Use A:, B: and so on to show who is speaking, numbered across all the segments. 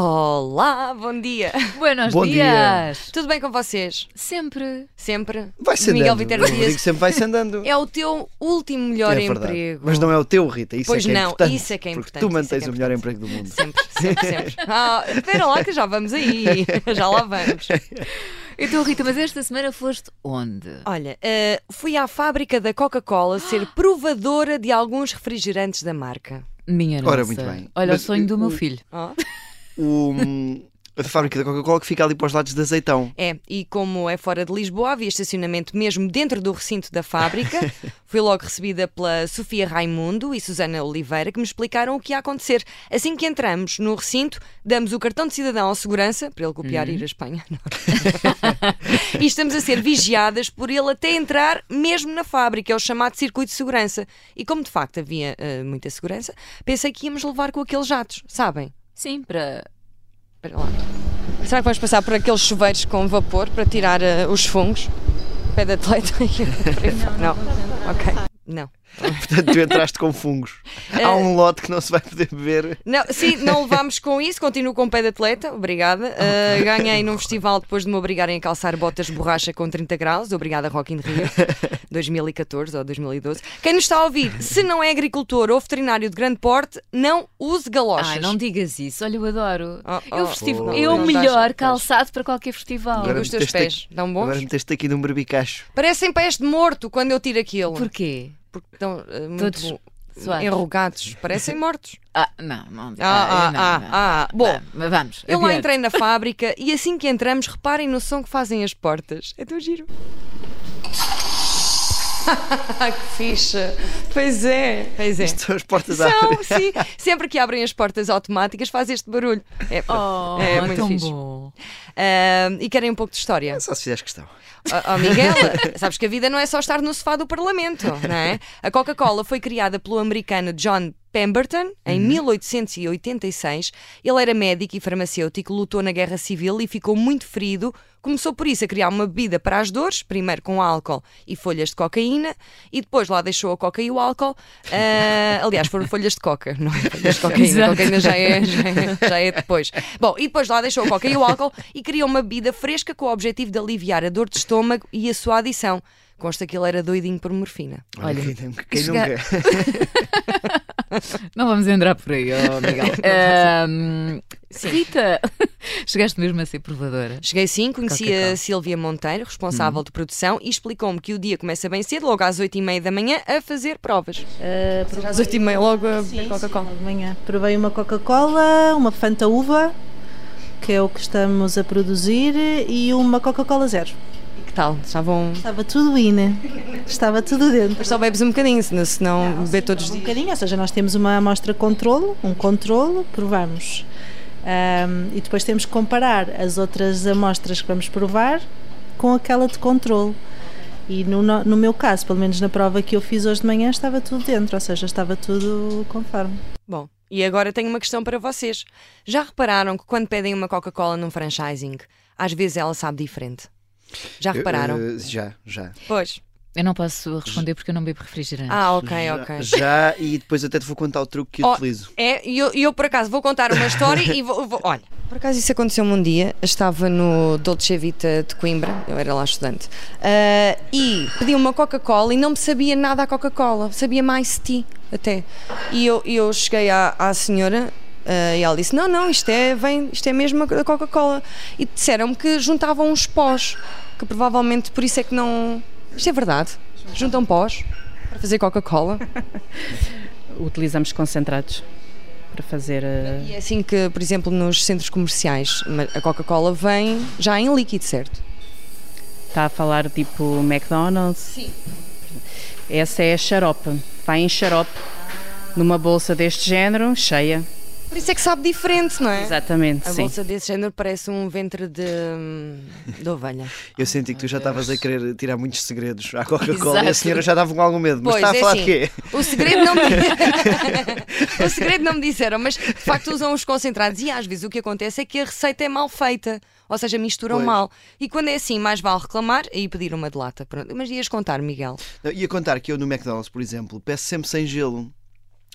A: Olá, bom dia.
B: Buenos
C: Bom dia.
B: dias!
A: Tudo bem com vocês?
B: Sempre.
A: Sempre?
C: Vai-se andando.
A: Miguel Viterbo
C: o Rodrigo
A: Dias.
C: sempre vai-se andando.
A: É o teu último melhor
C: É verdade.
A: emprego.
C: Mas não é o teu, Rita. Isso
A: Pois
C: é que é
A: não,
C: importante.
A: isso é que é
C: Porque
A: importante,
C: tu
A: isso é
C: mantens
A: que é
C: o melhor emprego do mundo.
A: Sempre, sempre, sempre. Ah, espera lá que já vamos aí. Já lá vamos.
B: Então, Rita, mas esta semana foste onde?
A: Olha, eh, fui à fábrica da Coca-Cola ser provadora de alguns refrigerantes da marca.
B: Minha
C: Ora,
B: nossa.
C: muito bem.
B: Olha,
C: Mas uh,
B: o sonho do
C: o-
B: meu
C: o-
B: filho.
A: Oh.
C: O, hum, a fábrica da Coca-Cola que fica ali para os lados de azeitão.
A: É, e como é fora de Lisboa, havia estacionamento mesmo dentro do recinto da fábrica. Fui logo recebida pela Sofia Raimundo e Susana Oliveira, que me explicaram o que ia acontecer. Assim que entramos no recinto, damos o cartão de cidadão ao segurança, para ele copiar e ir à Espanha. Não. e estamos a ser vigiadas por ele até entrar mesmo na fábrica, é o chamado circuito de segurança. E como de facto havia eh, muita segurança, pensei que íamos levar com aqueles jatos, sabem?
B: Sim, para.
A: Espera lá. Será que vamos passar por aqueles chuveiros com vapor para tirar eh, os fungos? Pé de atleta? não. Ok. Não.
C: Portanto, tu entraste com fungos.
A: Eh,
C: Há um lote que não se vai poder beber.
A: Não, sim, não levámos com isso, continuo com o pé de atleta, obrigada. Eh, ganhei num festival depois de me obrigarem a calçar botas de borracha com 30 graus, obrigada Rock in Rio, 2014 ou 2012. Quem nos está a ouvir, se não é agricultor ou veterinário de grande porte, não use galochas.
B: Ai, não digas isso. Olha, eu adoro.
A: Oh,
B: eu
A: oh,
B: festivo,
C: oh.
B: eu
A: Não, não
B: melhor
A: estás-
B: calçado para qualquer festival.
A: Agora-
C: me
A: os teus
C: meteste
A: pés
C: aqui-
A: dão bons?
C: Agora meteste aqui num berbicacho.
A: Parecem pés de morto quando eu tiro aquilo.
B: Porquê?
A: Porque estão eh, muito
B: Todos suados.
A: enrugados, parecem mortos.
B: Ah, não, não.
A: Ah, ah,
B: não,
A: ah,
B: não.
A: ah. Bom,
B: Ah, mas vamos.
A: eu lá
B: adiante.
A: entrei na fábrica e assim que entramos, reparem no som que fazem as portas. É tão giro. que ficha! Pois é, pois é.
C: São as portas à
A: São,
C: frente.
A: sim. Sempre que abrem as portas automáticas, faz este barulho. É,
B: Oh,
A: é muito
B: tão
A: fixe.
B: bom.
A: Ah, e querem um pouco de história?
C: Só se fizeres questão.
A: Oh, oh, Miguel, sabes que a vida não é só estar no sofá do Parlamento, não é? A Coca-Cola foi criada pelo americano John Pemberton em 1886. Ele era médico e farmacêutico, lutou na Guerra Civil e ficou muito ferido. Começou por isso a criar uma bebida para as dores, primeiro com álcool e folhas de cocaína, e depois lá deixou a coca e o álcool. Ah, aliás, foram folhas de coca, não é? Folhas de cocaína.
B: Exato.
A: cocaína já é, já é, já é depois. Bom, e depois lá deixou a coca e o álcool e criou uma bebida fresca com o objetivo de aliviar a dor de estômago e a sua adição. Consta que ele era doidinho por morfina.
B: Olha,
C: quem, quem
B: chegar-
C: nunca.
B: Não vamos entrar por aí, oh, Miguel. Ahm, Rita, chegaste mesmo a ser provadora.
A: Cheguei sim, conheci
B: Coca-Cola.
A: a Silvia Monteiro,
D: Uhum.
A: responsável de produção, e explicou-me que o dia começa bem cedo, logo às 8h30 da manhã, a fazer provas.
D: Uh, provei-
A: Às 8h30 logo a
D: Sim,
A: beber Coca-Cola.
D: sim, logo de manhã. Provei uma Coca-Cola, uma Fanta Uva, que é o que estamos a produzir, e uma Coca-Cola Zero.
A: E que tal? Estavam.
D: Estava tudo in, estava tudo dentro.
A: Mas só bebes um bocadinho, senão, senão beber todos os
D: Um
A: dias.
D: bocadinho, ou seja, nós temos uma amostra controlo, um controlo, provamos. Ahm, e depois temos que comparar as outras amostras que vamos provar com aquela de controlo. E no, no no meu caso, pelo menos na prova que eu fiz hoje de manhã, estava tudo dentro, ou seja, estava tudo conforme.
A: Bom, e agora tenho uma questão para vocês. Já repararam que quando pedem uma Coca-Cola num franchising, às vezes ela sabe diferente? Já repararam?
C: Eh, já, já.
A: Pois.
B: Eu não posso responder porque eu não bebo refrigerante.
A: Ah, ok,
C: já,
A: ok.
C: Já, e depois até te vou contar o truque que eu
A: Oh,
C: utilizo.
A: É, e eu, e eu, por acaso vou contar uma história e vou, vou- Olha, por acaso isso aconteceu-me um dia. Eu Estava no Dolce Vita de Coimbra, eu era lá estudante, ah, e pedi uma Coca-Cola e não me sabia nada a Coca-Cola, sabia mais tea até. E eu, e eu cheguei à, à senhora. ah, e ela disse: Não, não, isto é, vem, isto é mesmo a Coca-Cola. E disseram-me que juntavam uns pós, que provavelmente por isso é que não. Isto é verdade. Juntam pós para fazer Coca-Cola.
E: utilizamos concentrados para fazer. eh,
A: E é assim que, por exemplo, nos centros comerciais, ma- a Coca-Cola vem já em líquido, certo?
E: Está a falar tipo McDonald's? Sim. Essa é a xarope. Vai em xarope numa bolsa deste género, cheia.
A: Por isso é que sabe diferente, não é?
E: Exatamente,
A: A
E: sim.
A: bolsa desse género parece um ventre de, hum, de ovelha.
C: Eu senti que tu já estavas a querer tirar muitos segredos à Coca-Cola e a
B: Exato.
C: senhora já estava com algum medo. Mas
A: Pois,
C: está a
A: é
C: falar
A: assim.
C: de quê?
A: O segredo não me O segredo não me disseram, mas de facto usam os concentrados e às vezes o que acontece é que a receita é mal feita, ou seja, misturam
C: Pois.
A: mal. E quando é assim, mais vale reclamar e pedir uma de lata. Pronto. Mas ias contar, Miguel.
C: Não, ia contar que eu no McDonald's, por exemplo, peço sempre sem gelo.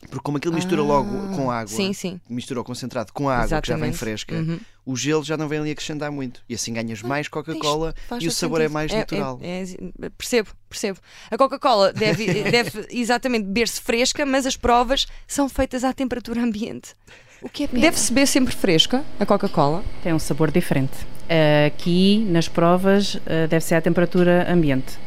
C: Porque como aquilo mistura logo com água,
A: Ah, Sim, sim.
C: mistura o concentrado com a água que já vem
A: Exatamente.
C: fresca,
A: Uhum. Ah,
C: o gelo já não vem ali acrescentar muito. E assim ganhas mais Coca-Cola
A: Faz
C: e o
A: todo
C: sabor é
A: sentido.
C: mais natural.
A: é- percebo, percebo. A Coca-Cola deve, deve exatamente beber-se fresca, mas as provas são feitas à temperatura ambiente. O que é Deve-se beber sempre fresca a Coca-Cola.
E: Tem um sabor diferente. Eh, Aqui nas provas eh, deve ser à temperatura ambiente.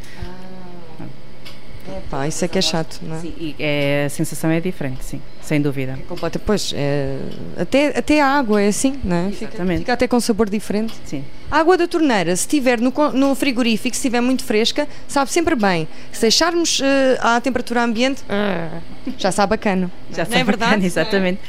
A: Pá, isso é que é chato, não é?
E: Sim, e é- a sensação é diferente, sim, sem dúvida.
A: Completa, pois, é, até, até a água é assim, não é? Fica-
E: Exatamente.
A: fica até com sabor diferente.
E: Sim.
A: A água da torneira, se estiver no, con- no frigorífico, se estiver muito fresca, sabe sempre bem. Se deixarmos eh, à temperatura ambiente, ah, já sabe bacana. não é
E: Já sabe bacana,
A: verdade?
E: Exatamente.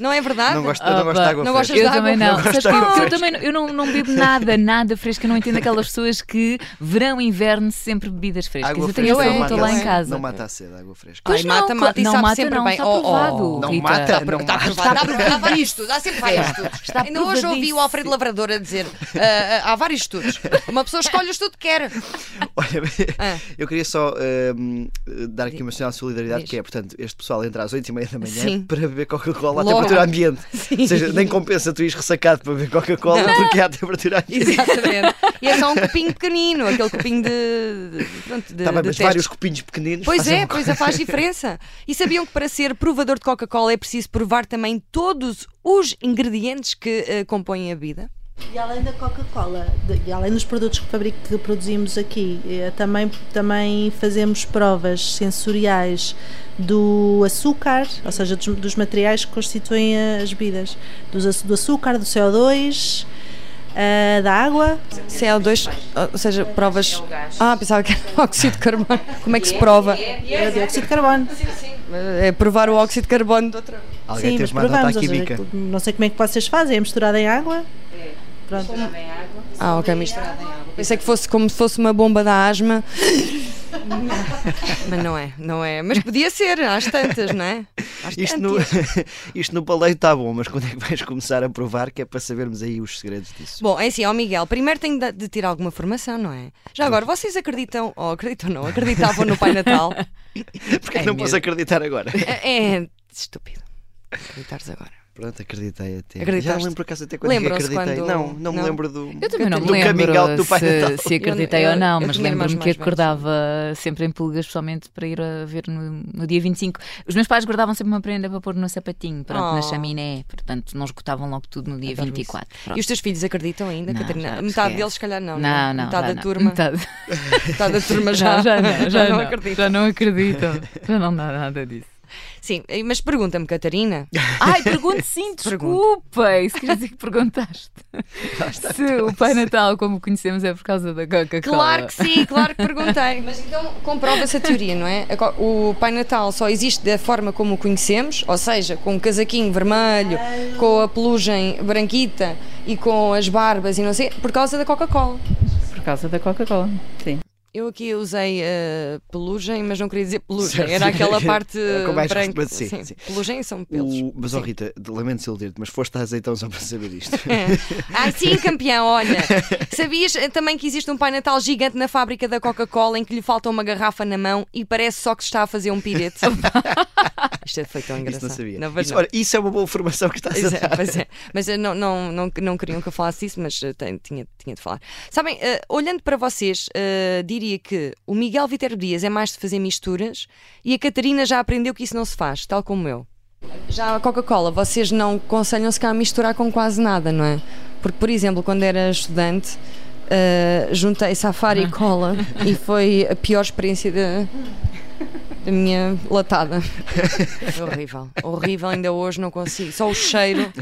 A: Não é verdade?
C: Não gosto, eu não
B: Opa.
C: gosto de água
A: Não
C: fresca.
A: gostas de
B: Eu
A: água
B: também
A: fresca?
B: não.
C: Não
B: Sabes
C: gosto de água
B: porquê? eu
C: fresca.
B: também não, eu não, não bebo nada, nada fresca. Eu não entendo aquelas pessoas que verão e inverno sempre bebidas frescas.
C: Água
B: eu tenho
C: fresca
A: eu
B: sede,
C: não
A: é,
B: estou
C: mata
B: lá
C: a
B: em
A: também.
C: sede.
B: casa.
C: Não mata a sede, água fresca.
B: Pois
A: Ai, mata,
B: não,
A: mata e
B: não
A: sabe
B: mata,
A: sempre
B: não,
A: bem.
B: está
A: Oh,
B: Tipo,
A: oh.
B: provado.
A: Não
B: Rita.
C: mata,
B: Está
C: não
B: provado.
A: Ah,
C: mata.
B: Está provado.
A: vários estudos, há sempre vários estudos.
B: Está
A: Ainda hoje ouvi o
B: provadíssimo.
A: Alfredo Lavrador a dizer: ah, ah, há vários estudos. Uma pessoa escolhe o estudo que quer.
C: Olha,
A: Ah.
C: eu queria só hum, dar aqui uma sinal de solidariedade,
A: Diz.
C: que é, portanto, este pessoal entra às 8h30 da manhã
A: Sim.
C: para beber Coca-Cola à
A: Logo.
C: temperatura ambiente. Ou seja, nem compensa tu ires ressacado para beber Coca-Cola porque é à temperatura ambiente.
A: Exatamente. E é só um copinho pequenino, aquele copinho de. de, pronto, de-
C: Tá bem,
A: de
C: mas
A: teste.
C: vários copinhos pequeninos.
A: Pois
C: fazem um
A: é,
C: uma
A: pois é, faz diferença. E sabiam que para ser provador de Coca-Cola é preciso provar também todos os ingredientes que eh, compõem a bebida?
D: E além da Coca-Cola, de- e além dos produtos que, fabric, que produzimos aqui, eh, também, também fazemos provas sensoriais do açúcar, ou seja, dos, dos materiais que constituem a- as bebidas, Dos aç- do açúcar, do CO2, ah, da água.
A: CO2, ou seja, provas. Ah, pensava que era óxido de carbono. Como é que se prova?
D: É o dióxido de carbono.
A: É provar o óxido de carbono de outra.
C: Alguém teve uma
D: provamos,
C: nota
D: ou seja,
C: química.
D: não sei como é que vocês fazem, é misturado em água? Pronto.
A: Ah, ok, misturada em água. Pensei que fosse como se fosse uma bomba da asma. Mas não é, não é. Mas podia ser, às tantas, não é? Às
C: Isto no,
A: tantas.
C: isto no paleio está bom, mas quando é que vais começar a provar que é para sabermos aí os segredos disso?
A: Bom, é assim, ó Miguel, primeiro tenho de de tirar alguma formação, não é? Já agora, vocês acreditam, ou acreditam ou não, acreditavam no Pai Natal?
C: Porque não posso acreditar agora.
A: É, é estúpido. Acreditares agora.
C: Pronto, acreditei até. Já
A: Acreditaste?
C: lembro por acaso até quando é que
A: Lembram-se
C: acreditei.
A: quando-
C: Não, não me
A: não?
C: lembro do,
B: Eu também não
C: do
B: me lembro
C: coming out do Pai Natal.
B: se, se acreditei
A: Eu-
B: ou não,
A: eu- eu
B: mas
A: tinha irmãos
B: lembro-me que
A: mais velhos.
B: acordava sempre em pulgas, pessoalmente, para ir a ver no, no dia 25. Os meus pais guardavam sempre uma prenda para pôr no sapatinho, pronto,
A: Oh.
B: na chaminé, portanto, não esgotavam logo tudo no dia 24. pronto.
A: E os teus filhos acreditam ainda,
B: Não,
A: Catarina?
B: já,
A: Metade
B: esquece.
A: deles, se calhar, não.
B: Não,
A: é?
B: não.
A: Metade
B: já
A: da
B: não.
A: turma. Metade.
B: Metade.
A: da turma já.
B: Não, já não, já não.
A: acredito.
B: Já não acreditam. Já não dá nada disso.
A: Sim, mas pergunta-me, Catarina.
B: Ai, pergunto sim, desculpa. Isso quer dizer que perguntaste. Se o Pai Natal, como o conhecemos, é por causa da Coca-Cola.
A: Claro que sim, claro que perguntei. Mas então comprova essa teoria, não é? A co- O Pai Natal só existe da forma como o conhecemos, ou seja, com o casaquinho vermelho, com a pelugem branquita e com as barbas e não sei, por causa da Coca-Cola.
E: Por causa da Coca-Cola. Sim.
A: Eu aqui usei eh, pelugem, mas não queria dizer pelugem,
C: Certo.
A: era aquela parte
C: É como mais
A: branca.
C: costuma- sim, sim.
A: Pelugem são pelos.
C: O- Mas, ó Rita, lamento iludir-te, mas foste a azeitão só para saber isto.
A: É. Ai sim, campeão, olha. Sabias eh, também que existe um Pai Natal gigante na fábrica da Coca-Cola em que lhe falta uma garrafa na mão e parece só que se está a fazer um pirete? Isto é, foi tão engraçado.
C: Isso não sabia.
A: foi
C: isso,
A: não.
C: olha, isso é uma boa formação que estás
A: Pois
C: a
A: é,
C: dar.
A: pois é. Mas eh, não, não, não, não queriam que eu falasse isso, mas eh, tem- tinha, tinha de falar. Sabem, eh, olhando para vocês, eh, diria que o Miguel Viterbo Dias é mais de fazer misturas e a Catarina já aprendeu que isso não se faz, tal como eu. Já a Coca-Cola, vocês não aconselham-se cá a misturar com quase nada, não é? Porque, por exemplo, quando era estudante, eh, juntei safari e cola e foi a pior experiência da, da minha latada. Foi horrível, horrível, ainda hoje não consigo. Só o cheiro,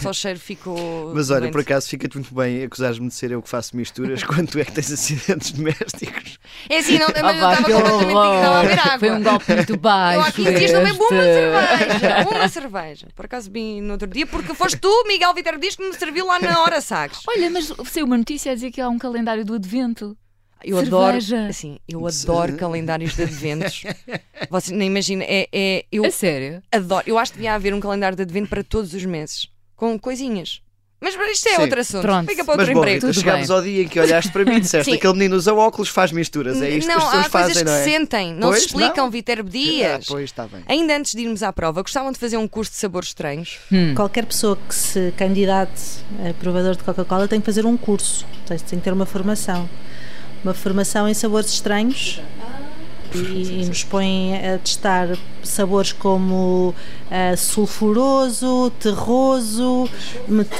A: só o cheiro ficou.
C: Mas olha,
A: doente.
C: por acaso fica-te muito bem acusares-me de ser eu que faço misturas quando tu é que tens acidentes domésticos.
A: É assim, não, mas eu
B: Ah, pá,
A: estava
B: que
A: completamente não a
B: horror.
A: beber água.
B: Foi um golpe muito
A: Eu há
B: baixo.
A: 15 dias não bebo uma
B: este.
A: cerveja. Uma cerveja. Por acaso vim no outro dia, porque foste tu, Miguel Viterbo Dias, que me serviu lá na hora, saques.
B: Olha, mas saiu uma notícia a dizer que há um calendário do advento.
A: Eu
B: Cerveja.
A: adoro, assim, eu adoro calendários de adventos. Vocês nem imaginam, é, é- eu
B: A sério?
A: adoro. Eu acho que devia haver um calendário de advento para todos os meses, com coisinhas. Mas isto é
C: Sim.
A: outro assunto.
B: Pronto.
A: Fica para outro
C: Mas bom,
A: emprego.
C: Rita,
B: Tudo
C: chegámos
B: bem.
C: ao dia em que olhaste para mim e disseste
A: Sim.
C: aquele menino usa óculos, faz misturas. É isto
A: não,
C: que as pessoas
A: há coisas
C: fazem, não é?
A: que sentem, não
C: Pois,
A: se explicam,
C: não.
A: Viterbo
C: Ah,
A: Dias.
C: pois, está bem.
A: Ainda antes de irmos à prova, gostavam de fazer um curso de sabores estranhos.
D: Qualquer pessoa que se candidate a provador de Coca-Cola tem que fazer um curso, tem tem que ter uma formação. Uma formação em sabores estranhos e, e nos põe a testar sabores como ah, sulfuroso, terroso,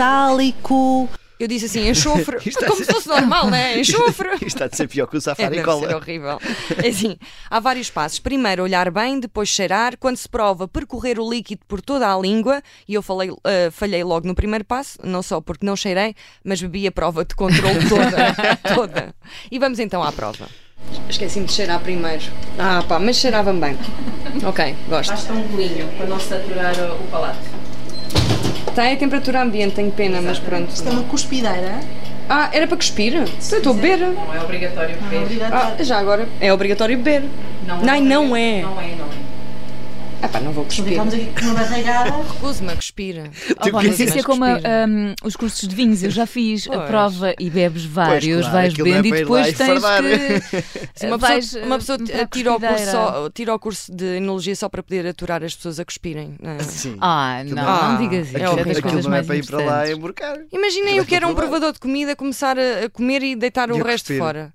D: metálico.
A: Eu disse assim, enxofre,
C: Isto é-
A: como se fosse normal, não é? Enxofre.
C: Isto está de ser pior que o
A: É,
C: safari
A: deve
C: cola.
A: ser horrível. É Assim, há vários passos. Primeiro, olhar bem, depois cheirar. Quando se prova, percorrer o líquido por toda a língua. E eu falei, eh, falhei logo no primeiro passo, não só porque não cheirei, mas bebi a prova de controle toda. toda. E vamos então à prova. Esqueci-me de cheirar primeiro. Ah, pá, mas cheirava bem. Ok, gosto.
E: Basta um golinho para não saturar eh, o palato.
A: Está Tá, é a temperatura ambiente, tenho pena, mas pronto.
D: É uma cuspideira.
A: Ah, era para cuspir? Eu estou a beber.
E: Não é obrigatório beber.
A: Ah, já agora. É obrigatório beber. Não, não é.
E: Não é, não é.
A: Ah, pá, não vou cuspir.
D: aqui com uma barrigada.
A: Recuso-me a cuspir. Eh,
B: Oh, pá, mas
A: queres
B: isso é como
A: cuspir.
B: hum, os cursos de vinhos. Eu já fiz a
A: Pois.
B: prova e bebes vários,
C: claro,
B: vais
C: aquilo não é
B: bebendo
C: para
B: e
C: ir lá
B: depois
C: e
B: tens
C: fardar.
B: que.
A: Uma
B: vais,
A: pessoa, uma pessoa
B: hum,
A: t-
B: para a
A: tira, o curso
B: cuspideira.
A: só, tira o curso de enologia só para poder aturar as pessoas a cuspirem. não é?
C: Sim.
B: Ah, não,
A: não-
B: não digas isso.
A: é
B: É
A: horrível.
B: das
C: Aquilo
B: coisas
C: não é
B: mais
C: para ir para lá
B: importantes.
C: emborcar.
A: Imaginem o que era um
C: Vai provar.
A: provador de comida começar a, a comer e deitar
C: E
A: o
C: a
A: resto
C: cuspir.
A: fora.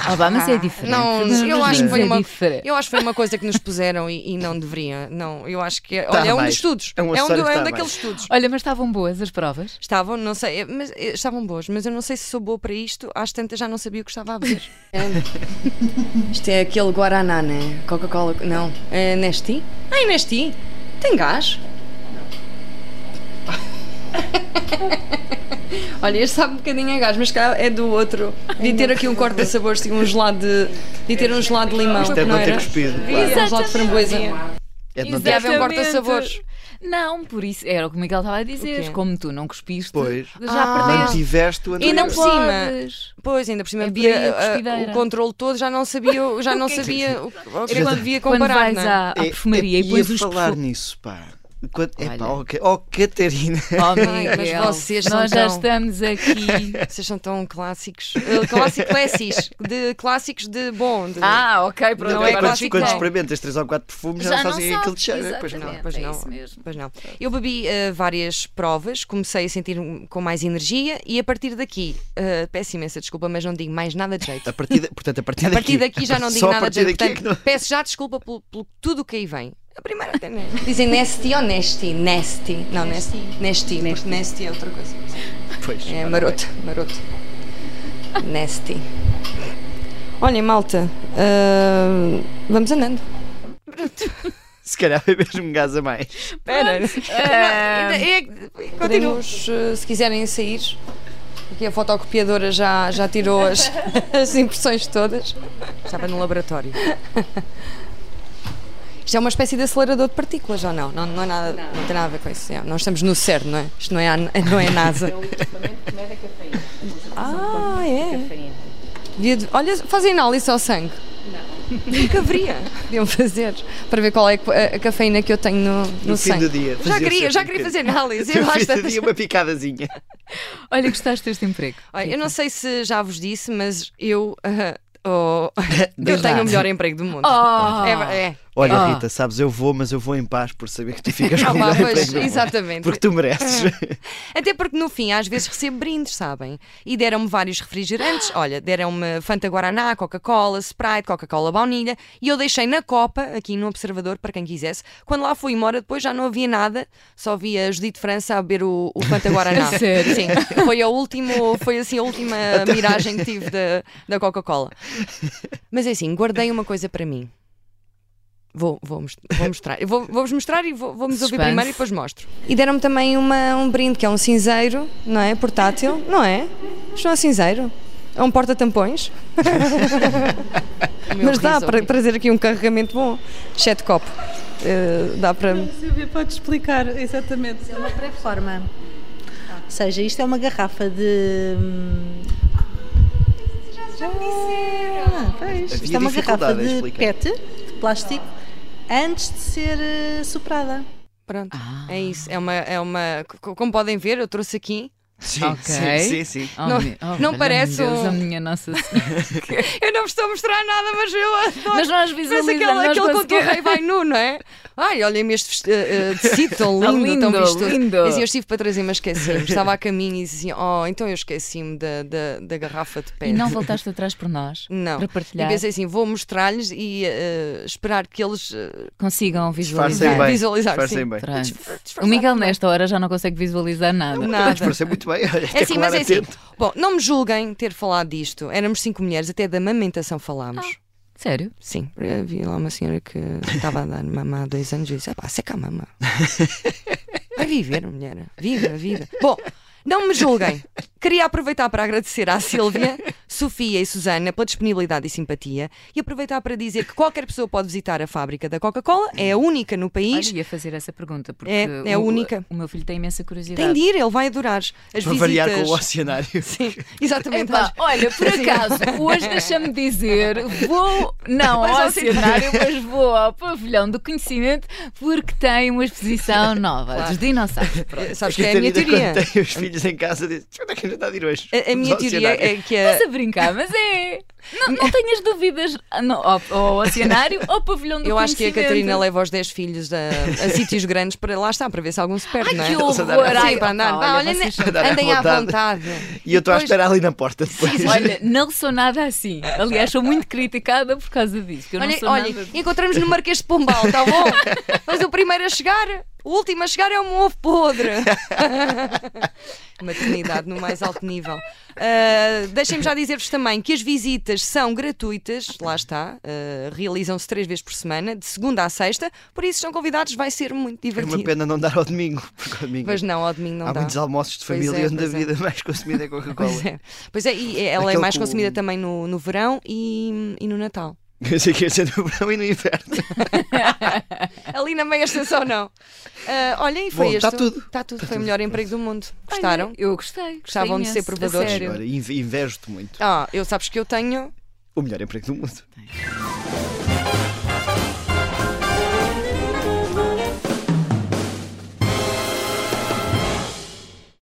B: Ah, pá, mas
A: Ah,
B: é diferente.
A: não,
B: Mas
A: eu acho que foi
B: é
A: uma-
B: diferente.
A: Eu acho que foi uma coisa que nos puseram e, e não deveria. Não, eu acho que é,
C: Tá
A: olha, é um dos
C: mais.
A: estudos.
C: É um
A: do-
C: acessório que
A: é um
C: tá
A: daqueles
C: mais.
A: estudos.
B: Olha, mas estavam boas as provas.
A: Estavam, não sei, mas eh, estavam boas, mas eu não sei se sou boa para isto. Às tantas já não sabia o que estava a ver. É. isto é aquele Guaraná, né? Coca-Cola, não. É Nesti? Ai, Nesti? Tem gás? Olha, este sabe um bocadinho a gás, mas se calhar é do outro. De ter aqui um corte de sabores, tipo um gelado de. De ter um gelado de limão.
C: Isto é de
A: não
C: não ter
A: era?
C: cuspido.
A: Um
C: Claro.
A: gelado de framboesa.
C: É de não
A: Deve
C: ter
A: haver um
B: Exatamente.
A: corta-sabores.
B: Não, por isso era o que o Miguel estava a dizer.
A: O quê?
B: Como tu não cuspiste,
C: Pois.
B: já
A: Ah.
B: perdeste.
C: Mantiveste o
A: E não
C: anterior.
A: por cima.
B: podes.
A: Pois, ainda por cima
B: É por
A: havia
B: aí a
A: ah,
B: cuspideira.
A: o controle todo, já não sabia, o- já não
B: que é que-
A: sabia o que o que
B: Era
A: eu
B: quando,
A: devia
B: quando
A: comparar.
B: vais
A: não é?
B: à, à
C: É-
B: perfumaria
C: é-
B: e pões
C: ia
B: os
C: falar
B: perfu-
C: nisso, pá. Quando, é
B: Olha.
C: pá, ó, Ca- ó, Catarina.
B: Oh,
A: Ai, mas
B: Miguel,
A: vocês são
B: nós já
A: tão-
B: estamos aqui.
A: Vocês são tão clássicos. Eh, clássico classis, de clássicos de bom. de-
B: Ah, ok, pronto.
A: Não é
C: Não é
B: agora
A: clássico,
C: quando, quando
A: não.
B: fiquei.
C: experimentas 3 ou 4 perfumes, já,
B: Já
C: não
B: não
C: fazem
B: sabe,
C: aquele de cheiro. eh, Pois não.
B: exatamente.
A: Pois
B: É
A: não,
B: isso mesmo.
A: pois não. Eu bebi eh, várias provas, comecei a sentir um- com mais energia e a partir daqui, eh, peço imensa desculpa, mas não digo mais nada de jeito.
C: A partir, da- portanto, a partir
A: A partir
C: daqui
A: daqui já não digo
C: Só a
A: nada de
C: partir
A: jeito.
C: daqui é que
A: Portanto, peço já desculpa por, por tudo o que aí vem. A primeira até não. Dizem Nesti ou Nesti? Nesti. Não, Nesti. Nesti, porque Nesti é outra coisa.
C: Pois.
A: É maroto, maroto. Nasty. Olhem, malta, ah, vamos andando.
C: Se calhar é mesmo gás a mais.
A: Espera. Podemos, ah, se quiserem sair, porque a fotocopiadora já, já tirou as, as impressões todas.
B: Estava no laboratório.
A: Isto é uma espécie de acelerador de partículas, ou não? Não, não, é nada, não. tem nada a ver com isso. É, nós estamos no CERN, não é? Isto não é a, não é a NASA. ah, é? Devia de- Olha, fazem análise ao sangue. Não. Nunca haveria. Deviam fazer para ver qual é a a cafeína que eu tenho no, no,
C: No fim
A: sangue.
C: do dia.
A: já
C: fazia
A: queria,
C: sempre
A: já
C: um
A: queria fazer
C: bocadinho.
A: análise. Eu,
C: No
A: às
C: fim do
A: tantas-
C: dia, uma picadazinha.
B: Olha, gostaste deste emprego.
A: Olha, eu
B: Rita?
A: não sei se já vos disse, mas eu, ah, oh, eu
C: Diz
A: tenho
B: lá.
A: o melhor emprego do mundo.
B: Oh!
A: É, ver- é.
C: Olha,
B: Ah.
C: Rita, sabes, eu vou, mas eu vou em paz por saber que tu ficas com
A: Ah,
C: o
A: pá,
C: melhor
A: pois,
C: emprego do mundo.
A: exatamente. Ah.
C: Porque tu mereces.
A: Até porque no fim às vezes recebo brindes, sabem? E deram-me vários refrigerantes. Olha, deram-me Fanta Guaraná, Coca-Cola, Sprite, Coca-Cola baunilha. E eu deixei na copa, aqui no Observador, para quem quisesse. Quando lá fui embora, depois já não havia nada. Só havia a Judite França a beber o, o Fanta Guaraná.
B: A sério?
A: Sim, foi, a último, foi assim a última miragem que tive da, da Coca-Cola. Mas é assim, guardei uma coisa para mim. Vou, vou, mos- vou mostrar. Eu Vou, vou-vos mostrar e vou- vamos ouvir
B: Suspense.
A: primeiro e depois mostro. E deram-me também uma- um brinde que é um cinzeiro, não é? Portátil, não é? Isto não é cinzeiro. É um porta-tampões. Mas dá para trazer aqui um carregamento bom. Exceto copo. Eh, dá para.
D: Podes explicar, exatamente. É uma pré-forma. Ou seja, isto é uma garrafa de. hum, Ah, pois. Isto é uma garrafa
C: dificuldade em
D: de
C: explicar.
D: PET, de plástico, antes de ser eh, soprada.
B: Ah.
A: Pronto. É isso. É uma, é uma. co- Como podem ver, eu trouxe aqui
C: Sim,
B: Ok.
C: sim, sim, sim.
B: Oh,
A: Não-
B: meu- oh,
A: não
B: valha-me
A: parece
B: Deus,
A: um-
B: a minha nossa
A: Eu não vos estou a mostrar nada, mas eu adoro.
B: Mas nós
A: Parece
B: visualizamos.
A: aquele,
B: nós
A: aquele quando o
B: conseguimos-
A: rei vai nu, não é? Ai, olhem-me este vesti- eh, eh, tecido tão
B: Tá
A: lindo, tão
B: lindo,
A: vistoso.
B: lindo.
A: E assim, eu estive para trazer, mas esqueci-me. Estava a caminho e dizia, oh, então eu esqueci-me da, da, da garrafa de pé.
B: E não voltaste atrás por nós.
A: Não.
B: Para
A: E
B: partilhar.
A: pensei assim, vou mostrar-lhes e eh, esperar que eles eh,
B: Consigam visualizar.
C: Disfarcem bem.
A: Visualizar,
C: Disfarcem
A: sim.
C: bem.
B: Pronto.
A: disfarçar.
B: Ah, O Miguel, nesta hora, já não consegue visualizar nada.
A: Nada.
C: Disfarcei muito bem. Olha,
A: É
C: até
A: assim, mas é assim.
C: atento.
A: Bom, não me julguem ter falado disto. Éramos cinco mulheres, até da mamentação falámos.
B: Sério?
A: Sim, havia lá uma senhora que estava a dar mamá há dois anos e disse: "Ah pá, seca a mama. Vai viver, mulher. Viva, viva. Bom, não me julguem. Queria aproveitar para agradecer à Silvia, Sofia e Susana pela disponibilidade e simpatia e aproveitar para dizer que qualquer pessoa pode visitar a fábrica da Coca-Cola, é a única no país.
B: Olha, ia fazer essa pergunta, porque
A: É, é a
B: o,
A: única.
B: o meu filho tem imensa
A: Tem
B: curiosidade.
A: de ir, ele vai adorar. As
C: Para
A: visitas.
C: variar com o oceanário.
A: Sim, exatamente.
B: Epá, olha, por
A: assim.
B: acaso, hoje deixa-me dizer, vou não
A: Vais
B: ao
A: ao cenário.
B: cenário, mas vou ao pavilhão do conhecimento porque tem uma exposição nova dos dinossauros.
A: Eh, Sabes que é a minha
C: Catarina,
A: teoria.
C: Quando tem os filhos em casa, diz: onde é que a gente está a ir hoje?
A: A, a minha
C: Vamos ao
A: teoria
C: oceanário."
A: é que a,
B: Estás a brincar, mas é. Não, não tenhas dúvidas ah, não, ao, ao oceanário ou ao pavilhão do
A: Eu
B: conhecimento.
A: acho que a Catarina leva os 10 filhos a, a sítios grandes para lá está, para ver se alguns se perde,
B: Ai,
A: não é?
B: que
C: Eles
B: horror!
C: andaram assim
B: Ai,
A: para andar.
B: opa,
A: Vá, olha,
B: olha, vocês são-
A: ne- andem à
C: Andar à
A: vontade.
C: E eu estou a
A: Depois-
C: esperar ali na porta depois. É
B: olha, não sou nada assim. Aliás, sou muito criticada por causa disso. que eu não
A: Olha,
B: sou
A: olha,
B: nada-
A: encontramos no Marquês de Pombal, está bom? Mas o primeiro a chegar, o último a chegar é um ovo podre. Maternidade no mais alto nível. Ah, Deixem-me já dizer-vos também que as visitas são gratuitas, lá está, ah, realizam-se três vezes por semana, de segunda à sexta, por isso estão convidados, vai ser muito
C: É
A: divertido.
C: uma pena não dar ao domingo. Porque ao domingo
A: Mas não, ao domingo não
C: há
A: dá.
C: muitos almoços de
A: Pois
C: família
A: é,
C: onde a
A: pois é.
C: vida mais consumida é
A: Pois
C: Coca-Cola.
A: é. Pois é, e ela é
C: Aquele
A: mais
C: com-
A: consumida também no, no verão e, e no Natal.
C: Eu sei que é ia ser no verão e no inverno.
A: Ali na meia extensão, não. Ah, olha, e foi
C: Bom,
A: este.
C: está tudo.
A: Está tudo. foi o melhor emprego do mundo. Gostaram?
B: Olha, eu gostei.
A: Gostavam de ser provadores.
B: provadores.
C: Olha, inve- invejo-te muito.
A: Ah, eu sabes que eu tenho.
C: O melhor emprego do mundo.